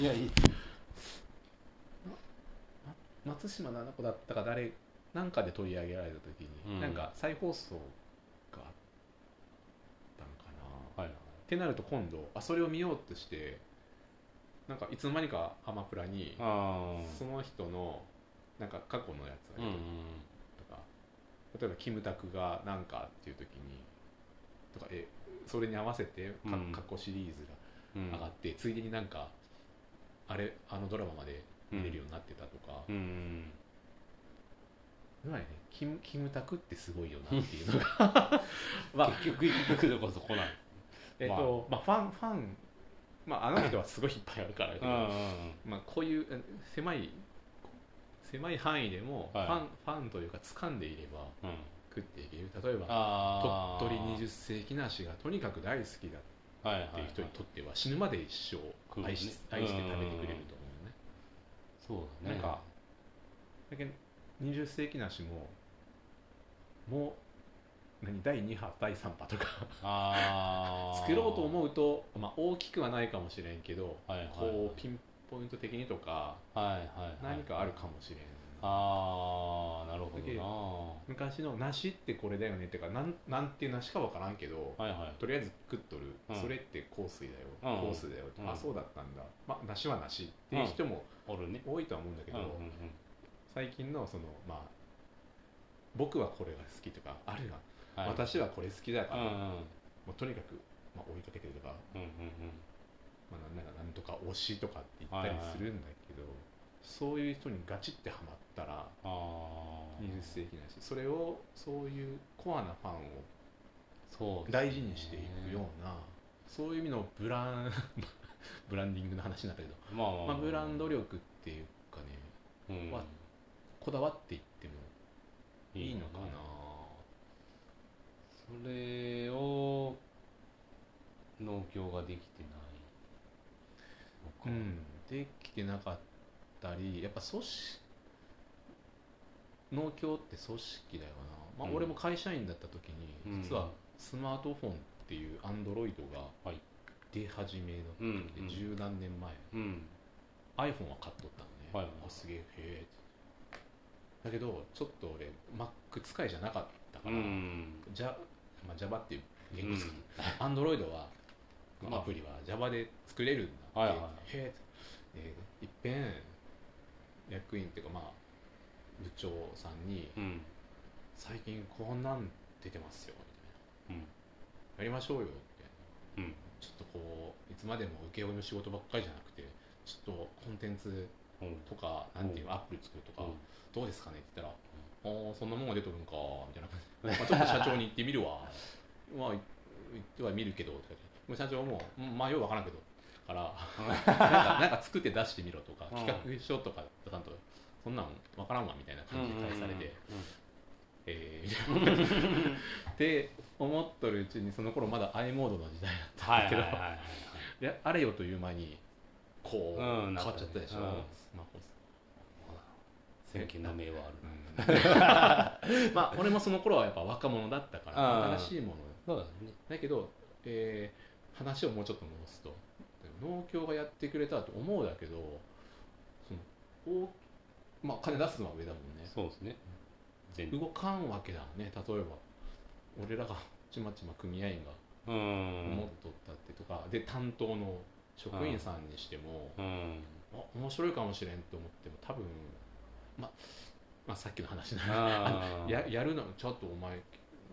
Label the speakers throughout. Speaker 1: いやいいな松島菜々子だったか誰なんかで取り上げられた時に、
Speaker 2: うん
Speaker 1: なんか再放送があったのか
Speaker 2: は
Speaker 1: な、
Speaker 2: いはい
Speaker 1: ってなると今度あそれを見ようとしてなんかいつの間にかアマプラに
Speaker 2: あ
Speaker 1: その人のなんか過去のやつ
Speaker 2: あう
Speaker 1: が
Speaker 2: んう
Speaker 1: 出
Speaker 2: ん
Speaker 1: てとか例えばキムタクがなんかっていう時にとかえそれに合わせてか
Speaker 2: うん
Speaker 1: 過去シリーズ
Speaker 2: うん
Speaker 1: が上がって、ついでになんかあれあのドラマまで見れるようになってたとか、
Speaker 2: うんうん
Speaker 1: まあねキムキムタクってすごいよなっていうのがまあ
Speaker 2: 結局結局でこそ来ない
Speaker 1: えっと、まあ、ファンファンまああの人はすごいいっぱいあるからだけ
Speaker 2: う
Speaker 1: ど
Speaker 2: んうん
Speaker 1: まあこういううん狭い狭い範囲でもファン、
Speaker 2: はい
Speaker 1: ファンというか掴んでいれば
Speaker 2: うん
Speaker 1: 食っていける例えば
Speaker 2: ああ
Speaker 1: 鳥取20世紀梨がとにかく大好きだ
Speaker 2: はいはい
Speaker 1: っていう人にとっては死ぬまで一生愛し,、
Speaker 2: 食うね
Speaker 1: 愛して食べてくれると思うね
Speaker 2: そうだね
Speaker 1: なんかだけど20世紀梨ももう何第2波第3波とか
Speaker 2: ああ
Speaker 1: 作ろうと
Speaker 2: う
Speaker 1: 思うと、まあ、大きくはないかもしれんけど
Speaker 2: はいはい
Speaker 1: こうピンポイント的にとか
Speaker 2: はいはいはい
Speaker 1: 何かあるかもしれん、
Speaker 2: ああなるほどな
Speaker 1: 昔の梨ってこれだよねってかなんなんていう梨かわからんけど
Speaker 2: はいはい
Speaker 1: とりあえず食っとる、
Speaker 2: うん
Speaker 1: それって香水だよ、
Speaker 2: うん
Speaker 1: 香水だよ、
Speaker 2: うん
Speaker 1: あそうだったんだまあ梨は梨っていう人も
Speaker 2: おるね
Speaker 1: 多いとは思うんだけ
Speaker 2: う
Speaker 1: ど、
Speaker 2: んうん
Speaker 1: 最近のそのまあ僕はこれが好きとかあるいは、
Speaker 2: うんい
Speaker 1: 私はこれ好きだ
Speaker 2: う
Speaker 1: か
Speaker 2: ん
Speaker 1: ら、
Speaker 2: うん
Speaker 1: もうとにかく、まあ、追いかけてるとか、
Speaker 2: うんうんうん
Speaker 1: まあ、なんかなんとか推しとかって言ったりするんだけど、そういう人にガチってハマったら
Speaker 2: ああ
Speaker 1: 20世紀だしそれをそういうコアなファンを
Speaker 2: そうですね
Speaker 1: 大事にしていくようなそういう意味のブラン ブランディングの話になったけど、
Speaker 2: まあまあ
Speaker 1: まあ、ブランド
Speaker 2: 量
Speaker 1: 力っていうかね
Speaker 2: は
Speaker 1: はこだわっていってもいいのかな、
Speaker 2: それを農協ができて
Speaker 1: う
Speaker 2: ないのか
Speaker 1: ん、できてなかったりやっぱ組織農協って組織だよな、まあ
Speaker 2: うん
Speaker 1: 俺も会社員だった時に、
Speaker 2: うん
Speaker 1: 実はスマートフォンっていうアンドロイドが
Speaker 2: はい
Speaker 1: 出始めの時
Speaker 2: うんう
Speaker 1: で
Speaker 2: ん
Speaker 1: 十何年前、
Speaker 2: うん、
Speaker 1: iPhone は買っとったのね、
Speaker 2: はい
Speaker 1: あすげえへえってだけどちょっと俺 Mac 使いじゃなかったか
Speaker 2: う
Speaker 1: ら、
Speaker 2: ん、
Speaker 1: じゃまあ、Java っていう言語好き
Speaker 2: うん
Speaker 1: アンドロイドは、
Speaker 2: まあ
Speaker 1: アプリは Java で作れるんだ
Speaker 2: は
Speaker 1: っ
Speaker 2: い
Speaker 1: て、
Speaker 2: はい
Speaker 1: へえでいっぺん役員っていうかまあ部長さんに
Speaker 2: うん、
Speaker 1: 「最近こんなん出てますよ」みたいな、
Speaker 2: うん
Speaker 1: やりましょうよ」みたいな、
Speaker 2: うん
Speaker 1: ちょっとこういつまでも請負の仕事ばっかりじゃなくてちょっとコンテンツ
Speaker 2: うん、
Speaker 1: とかなんていうのアプリ作るとか、どうですかねって言ったら、ああ、そんなもんが出とるんか、みたいな感じで、まあ、ちょっと社長に行ってみるわ、まあ、い言ってはみるけど、とか言ってもう社長も、うんまあ、ようわからんけど、から、なんかなんか作って出してみろとか、
Speaker 2: うん
Speaker 1: 企画書とか出さんと、そんなんわからんわみたいな感じで返されて、えー、みたいなって思っとるうちに、その頃まだ i モードの時代だったん
Speaker 2: は
Speaker 1: だ
Speaker 2: い
Speaker 1: け
Speaker 2: はい
Speaker 1: ど、
Speaker 2: はいはい
Speaker 1: であれよという間に、こう、
Speaker 2: うん
Speaker 1: 変わっちゃったでしょ、
Speaker 2: なんかね
Speaker 1: スマホ
Speaker 2: 先見の明はある
Speaker 1: まあ俺もその頃はやっぱ若者だったか
Speaker 2: う
Speaker 1: ら
Speaker 2: ん
Speaker 1: 新しいもの
Speaker 2: そうだね
Speaker 1: だけど、えー話をもうちょっと戻すと農協がやってくれたらと思うだけどそのお、まあ、金出すのは上だもんね
Speaker 2: そうですね全
Speaker 1: 動かんわけだもんね例えば俺らがちまちま組合員が
Speaker 2: うん
Speaker 1: 思っとったってとか、で担当の職員さんにしても、
Speaker 2: うん
Speaker 1: あ面白いかもしれんと思っても多分、ま、まあさっきの話な
Speaker 2: あ
Speaker 1: ややるのちょっとお前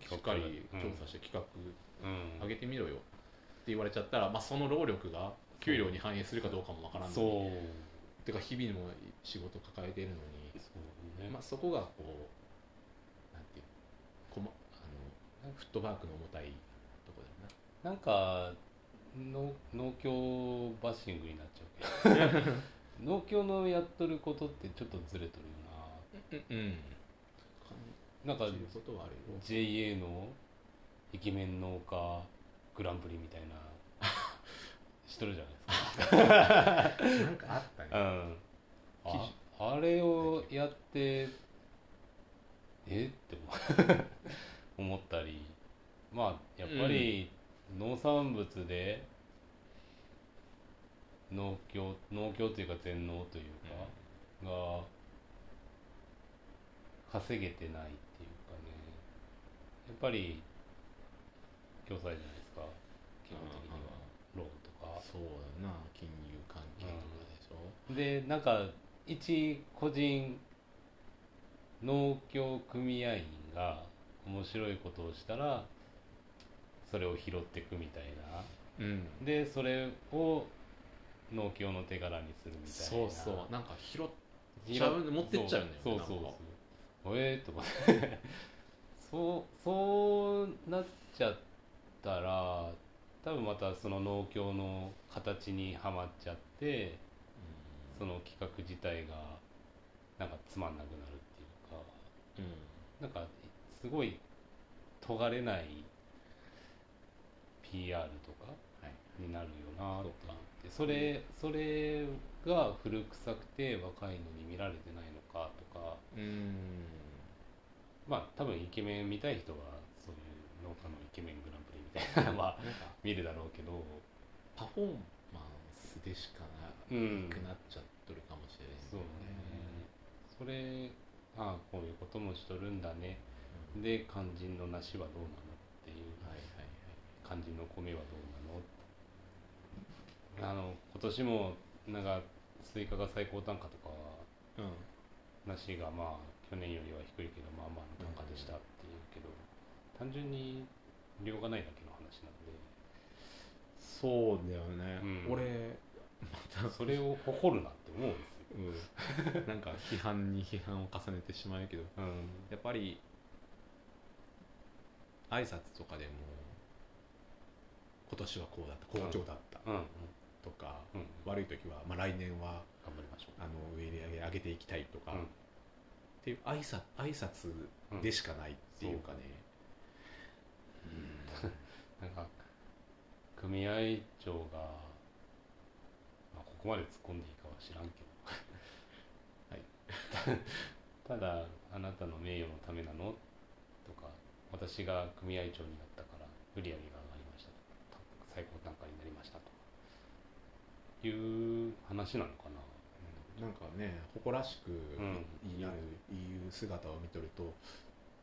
Speaker 1: しっかり
Speaker 2: うん
Speaker 1: 調査して企画
Speaker 2: うん
Speaker 1: 上げてみろよって言われちゃったら、まあ、その労力が給料に反映するかどうかもわからんのに
Speaker 2: そう
Speaker 1: てか日々も仕事抱えているの
Speaker 2: そう
Speaker 1: に、
Speaker 2: ね
Speaker 1: まあ、そこがこうなんていうこまあのフットワークの重たいとこだよ
Speaker 2: なんかの農協バッシングになっちゃうけど農協のやっとることってちょっとずれとるよ
Speaker 1: なうんうん
Speaker 2: ななんか
Speaker 1: 感じることはあるよ
Speaker 2: JA のイケメン農家グランプリみたいなしとるじゃないですか
Speaker 1: なんかあったね
Speaker 2: うん
Speaker 1: 記
Speaker 2: ああれをやってえって 思思ったりまあやっぱり農産物で、農協農協というか全農というか、が稼げてないっていうかねやっぱり共済じゃないですか基本的にはローンとか
Speaker 1: そうだな金融関係とかでしょ、
Speaker 2: でなんか一個人農協組合員が面白いことをしたらそれを拾っていくみたいな
Speaker 1: うん
Speaker 2: でそれを農協の手柄にするみたいな
Speaker 1: そうそうなんか拾っ
Speaker 2: 拾
Speaker 1: ちゃう持ってっちゃうんだよね
Speaker 2: そうそう
Speaker 1: なんか
Speaker 2: そうえー、とか そうそうなっちゃったら多分またその農協の形にはまっちゃってその企画自体がなんかつまんなくなるっていうか
Speaker 1: うん
Speaker 2: なんかすごい尖れない PR とか
Speaker 1: はい
Speaker 2: になるよなと
Speaker 1: そう
Speaker 2: か
Speaker 1: か
Speaker 2: ってそれそれが古臭くて若いのに見られてないのかとか
Speaker 1: うん
Speaker 2: まあ多分イケメン見たい人はそういう農家のイケメングランプリみたいなのは
Speaker 1: なんか
Speaker 2: 見るだろうけど
Speaker 1: パフォーマンスでしかな
Speaker 2: うん
Speaker 1: くなっちゃっとるかもしれないんだ
Speaker 2: そう
Speaker 1: よ
Speaker 2: ねそれああこういうこともしとるんだね
Speaker 1: うん
Speaker 2: で肝心の梨はどうなのっていう
Speaker 1: はいはいはい
Speaker 2: 肝心の米はどうなのあの今年もなんかスイカが最高単価とか
Speaker 1: うん
Speaker 2: 梨がまあ去年よりは低いけどまあまあの単価でしたっていうけど、単純に量がないだけの話なんで
Speaker 1: そうだよね、
Speaker 2: うん
Speaker 1: 俺また
Speaker 2: それを誇るなって思うんですよ、
Speaker 1: うん、なんか批判に批判を重ねてしまうけど
Speaker 2: うん、
Speaker 1: やっぱり挨拶とかでも今年はこうだった好調だった
Speaker 2: うんうん
Speaker 1: とか、
Speaker 2: うん
Speaker 1: 悪い時は、まあ、来年は
Speaker 2: 頑張りましょ
Speaker 1: あの売り上げ上げていきたいとか、
Speaker 2: うん
Speaker 1: っていう挨拶挨拶
Speaker 2: う、うん、
Speaker 1: でしかないっていうかね、うん
Speaker 2: なんか組合長が、まあ、ここまで突っ込んでいいかは知らんけど
Speaker 1: はい
Speaker 2: ただあなたの名誉のためなのとか私が組合長になったから売り上げが上がりましたとか最高単価になりましたとかいう話なのかな
Speaker 1: なんかね誇らしく
Speaker 2: ん
Speaker 1: いる、いう姿を見とると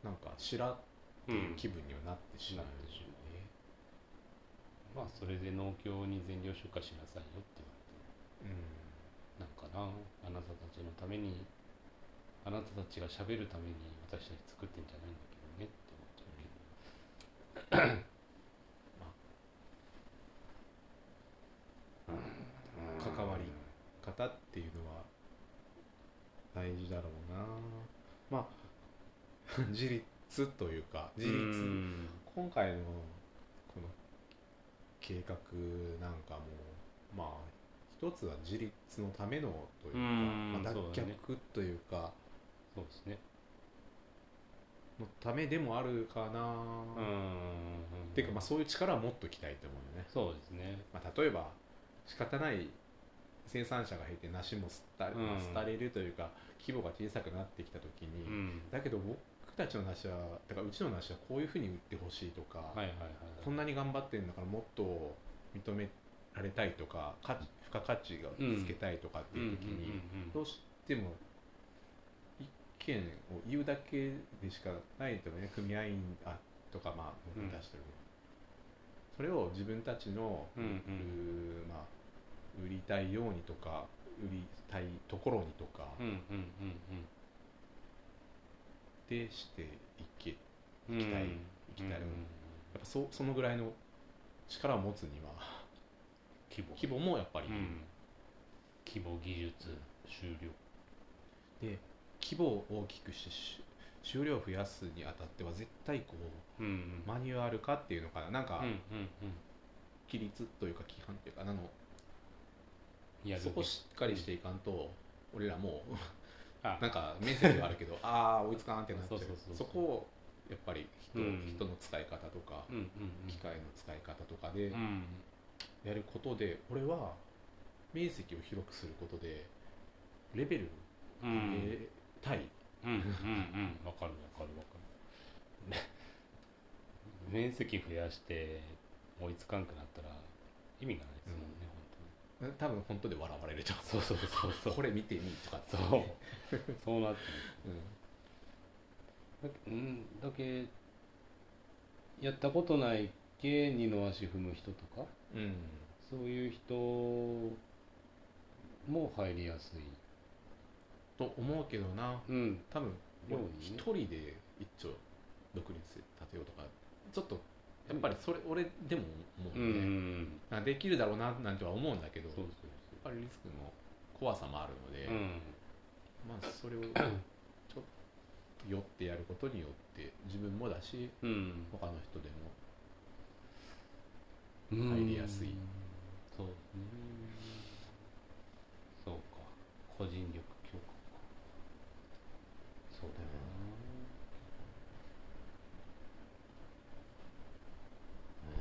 Speaker 1: なんか知らっていう気分にはなってしまう、
Speaker 2: うんなってしまあそれで農協に全量出荷しなさいよって言われて
Speaker 1: う
Speaker 2: なんかなあなたたちのためにあなたたちがしゃべるために私たち作ってんじゃないんだけどねって思っちゃうけど、
Speaker 1: ん関わり方っていうのは大事だろうなまあ 自立というか自立、
Speaker 2: うん
Speaker 1: 今回のこの計画なんかもまあ一つは自立のためのというか、
Speaker 2: うん
Speaker 1: まあ脱
Speaker 2: そうだね
Speaker 1: 却というか
Speaker 2: そうですね
Speaker 1: のためでもあるかな、
Speaker 2: うん
Speaker 1: っていうかまあそういう力は持っときたいと思うよね、
Speaker 2: そうですね
Speaker 1: まあ、例えば仕方ない生産者が減って梨も廃れ,、
Speaker 2: うん
Speaker 1: 廃れるというか規模が小さくなってきた時
Speaker 2: う
Speaker 1: に、
Speaker 2: ん
Speaker 1: だけど僕たちの梨はだからうちの梨はこういうふうに売ってほしいとか、
Speaker 2: はいはいはい
Speaker 1: こんなに頑張ってるんだからもっと認められたいとか価値付加価値がつけたいとかっていう時に、
Speaker 2: うんうんうんうん
Speaker 1: どうしても一見を言うだけでしかないとね組合員あとかまあ僕出してる、それを自分たちの、
Speaker 2: うんうん
Speaker 1: うーまあ、売りたいようにとか売りたいところにとか
Speaker 2: うん
Speaker 1: でしていけ、や
Speaker 2: うんうんうん
Speaker 1: 行きたい
Speaker 2: うん
Speaker 1: 行きたい
Speaker 2: うんうん
Speaker 1: っぱそそのぐらいの力を持つには
Speaker 2: 規模
Speaker 1: 規模もやっぱり、
Speaker 2: うん規模技術終了
Speaker 1: で規模を大きくしてし収量を増やすにあたっては絶対こう
Speaker 2: うんうん
Speaker 1: マニュアル化っていうのかななんか
Speaker 2: うんうんうん
Speaker 1: 規律というか規範というかあの
Speaker 2: やるべき
Speaker 1: そこしっかりしていかんと、俺らもう
Speaker 2: あ
Speaker 1: なんか面積はあるけどああ追いつかんってなっちゃう
Speaker 2: そうそうそう
Speaker 1: そこをやっぱり人,、
Speaker 2: うん
Speaker 1: 人の使い方とか、
Speaker 2: うんうんうん
Speaker 1: 機械の使い方とかで
Speaker 2: うん
Speaker 1: やることで、俺は面積を広くすることでレベルを
Speaker 2: う
Speaker 1: 上
Speaker 2: ん
Speaker 1: げたい、
Speaker 2: うんうんうんわかるわかるわかる面積増やして追いつかんくなったら意味がないですもんね、
Speaker 1: 多分本当で笑われると
Speaker 2: そうそうそうそう
Speaker 1: これ見てみとかっ
Speaker 2: そ
Speaker 1: て
Speaker 2: う
Speaker 1: ね
Speaker 2: そう なって
Speaker 1: うん
Speaker 2: だけうんだけやったことないけ二の足踏む人とか
Speaker 1: うん、
Speaker 2: そういう人も入りやすい
Speaker 1: と思うけどな
Speaker 2: うん
Speaker 1: 多分
Speaker 2: よう
Speaker 1: 俺
Speaker 2: にね
Speaker 1: 一人で一丁独立立てようとかちょっとやっぱりそれ俺でも思う
Speaker 2: うんん
Speaker 1: で、
Speaker 2: うん
Speaker 1: なんかできるだろうななんては思うんだけど
Speaker 2: そうそう
Speaker 1: やっぱりリスクの怖さもあるので、
Speaker 2: そううん
Speaker 1: まあそれをちょっと酔ってやることによって自分もだし
Speaker 2: うん
Speaker 1: 他の人でも
Speaker 2: 入
Speaker 1: りやすい
Speaker 2: そうねそうか個人業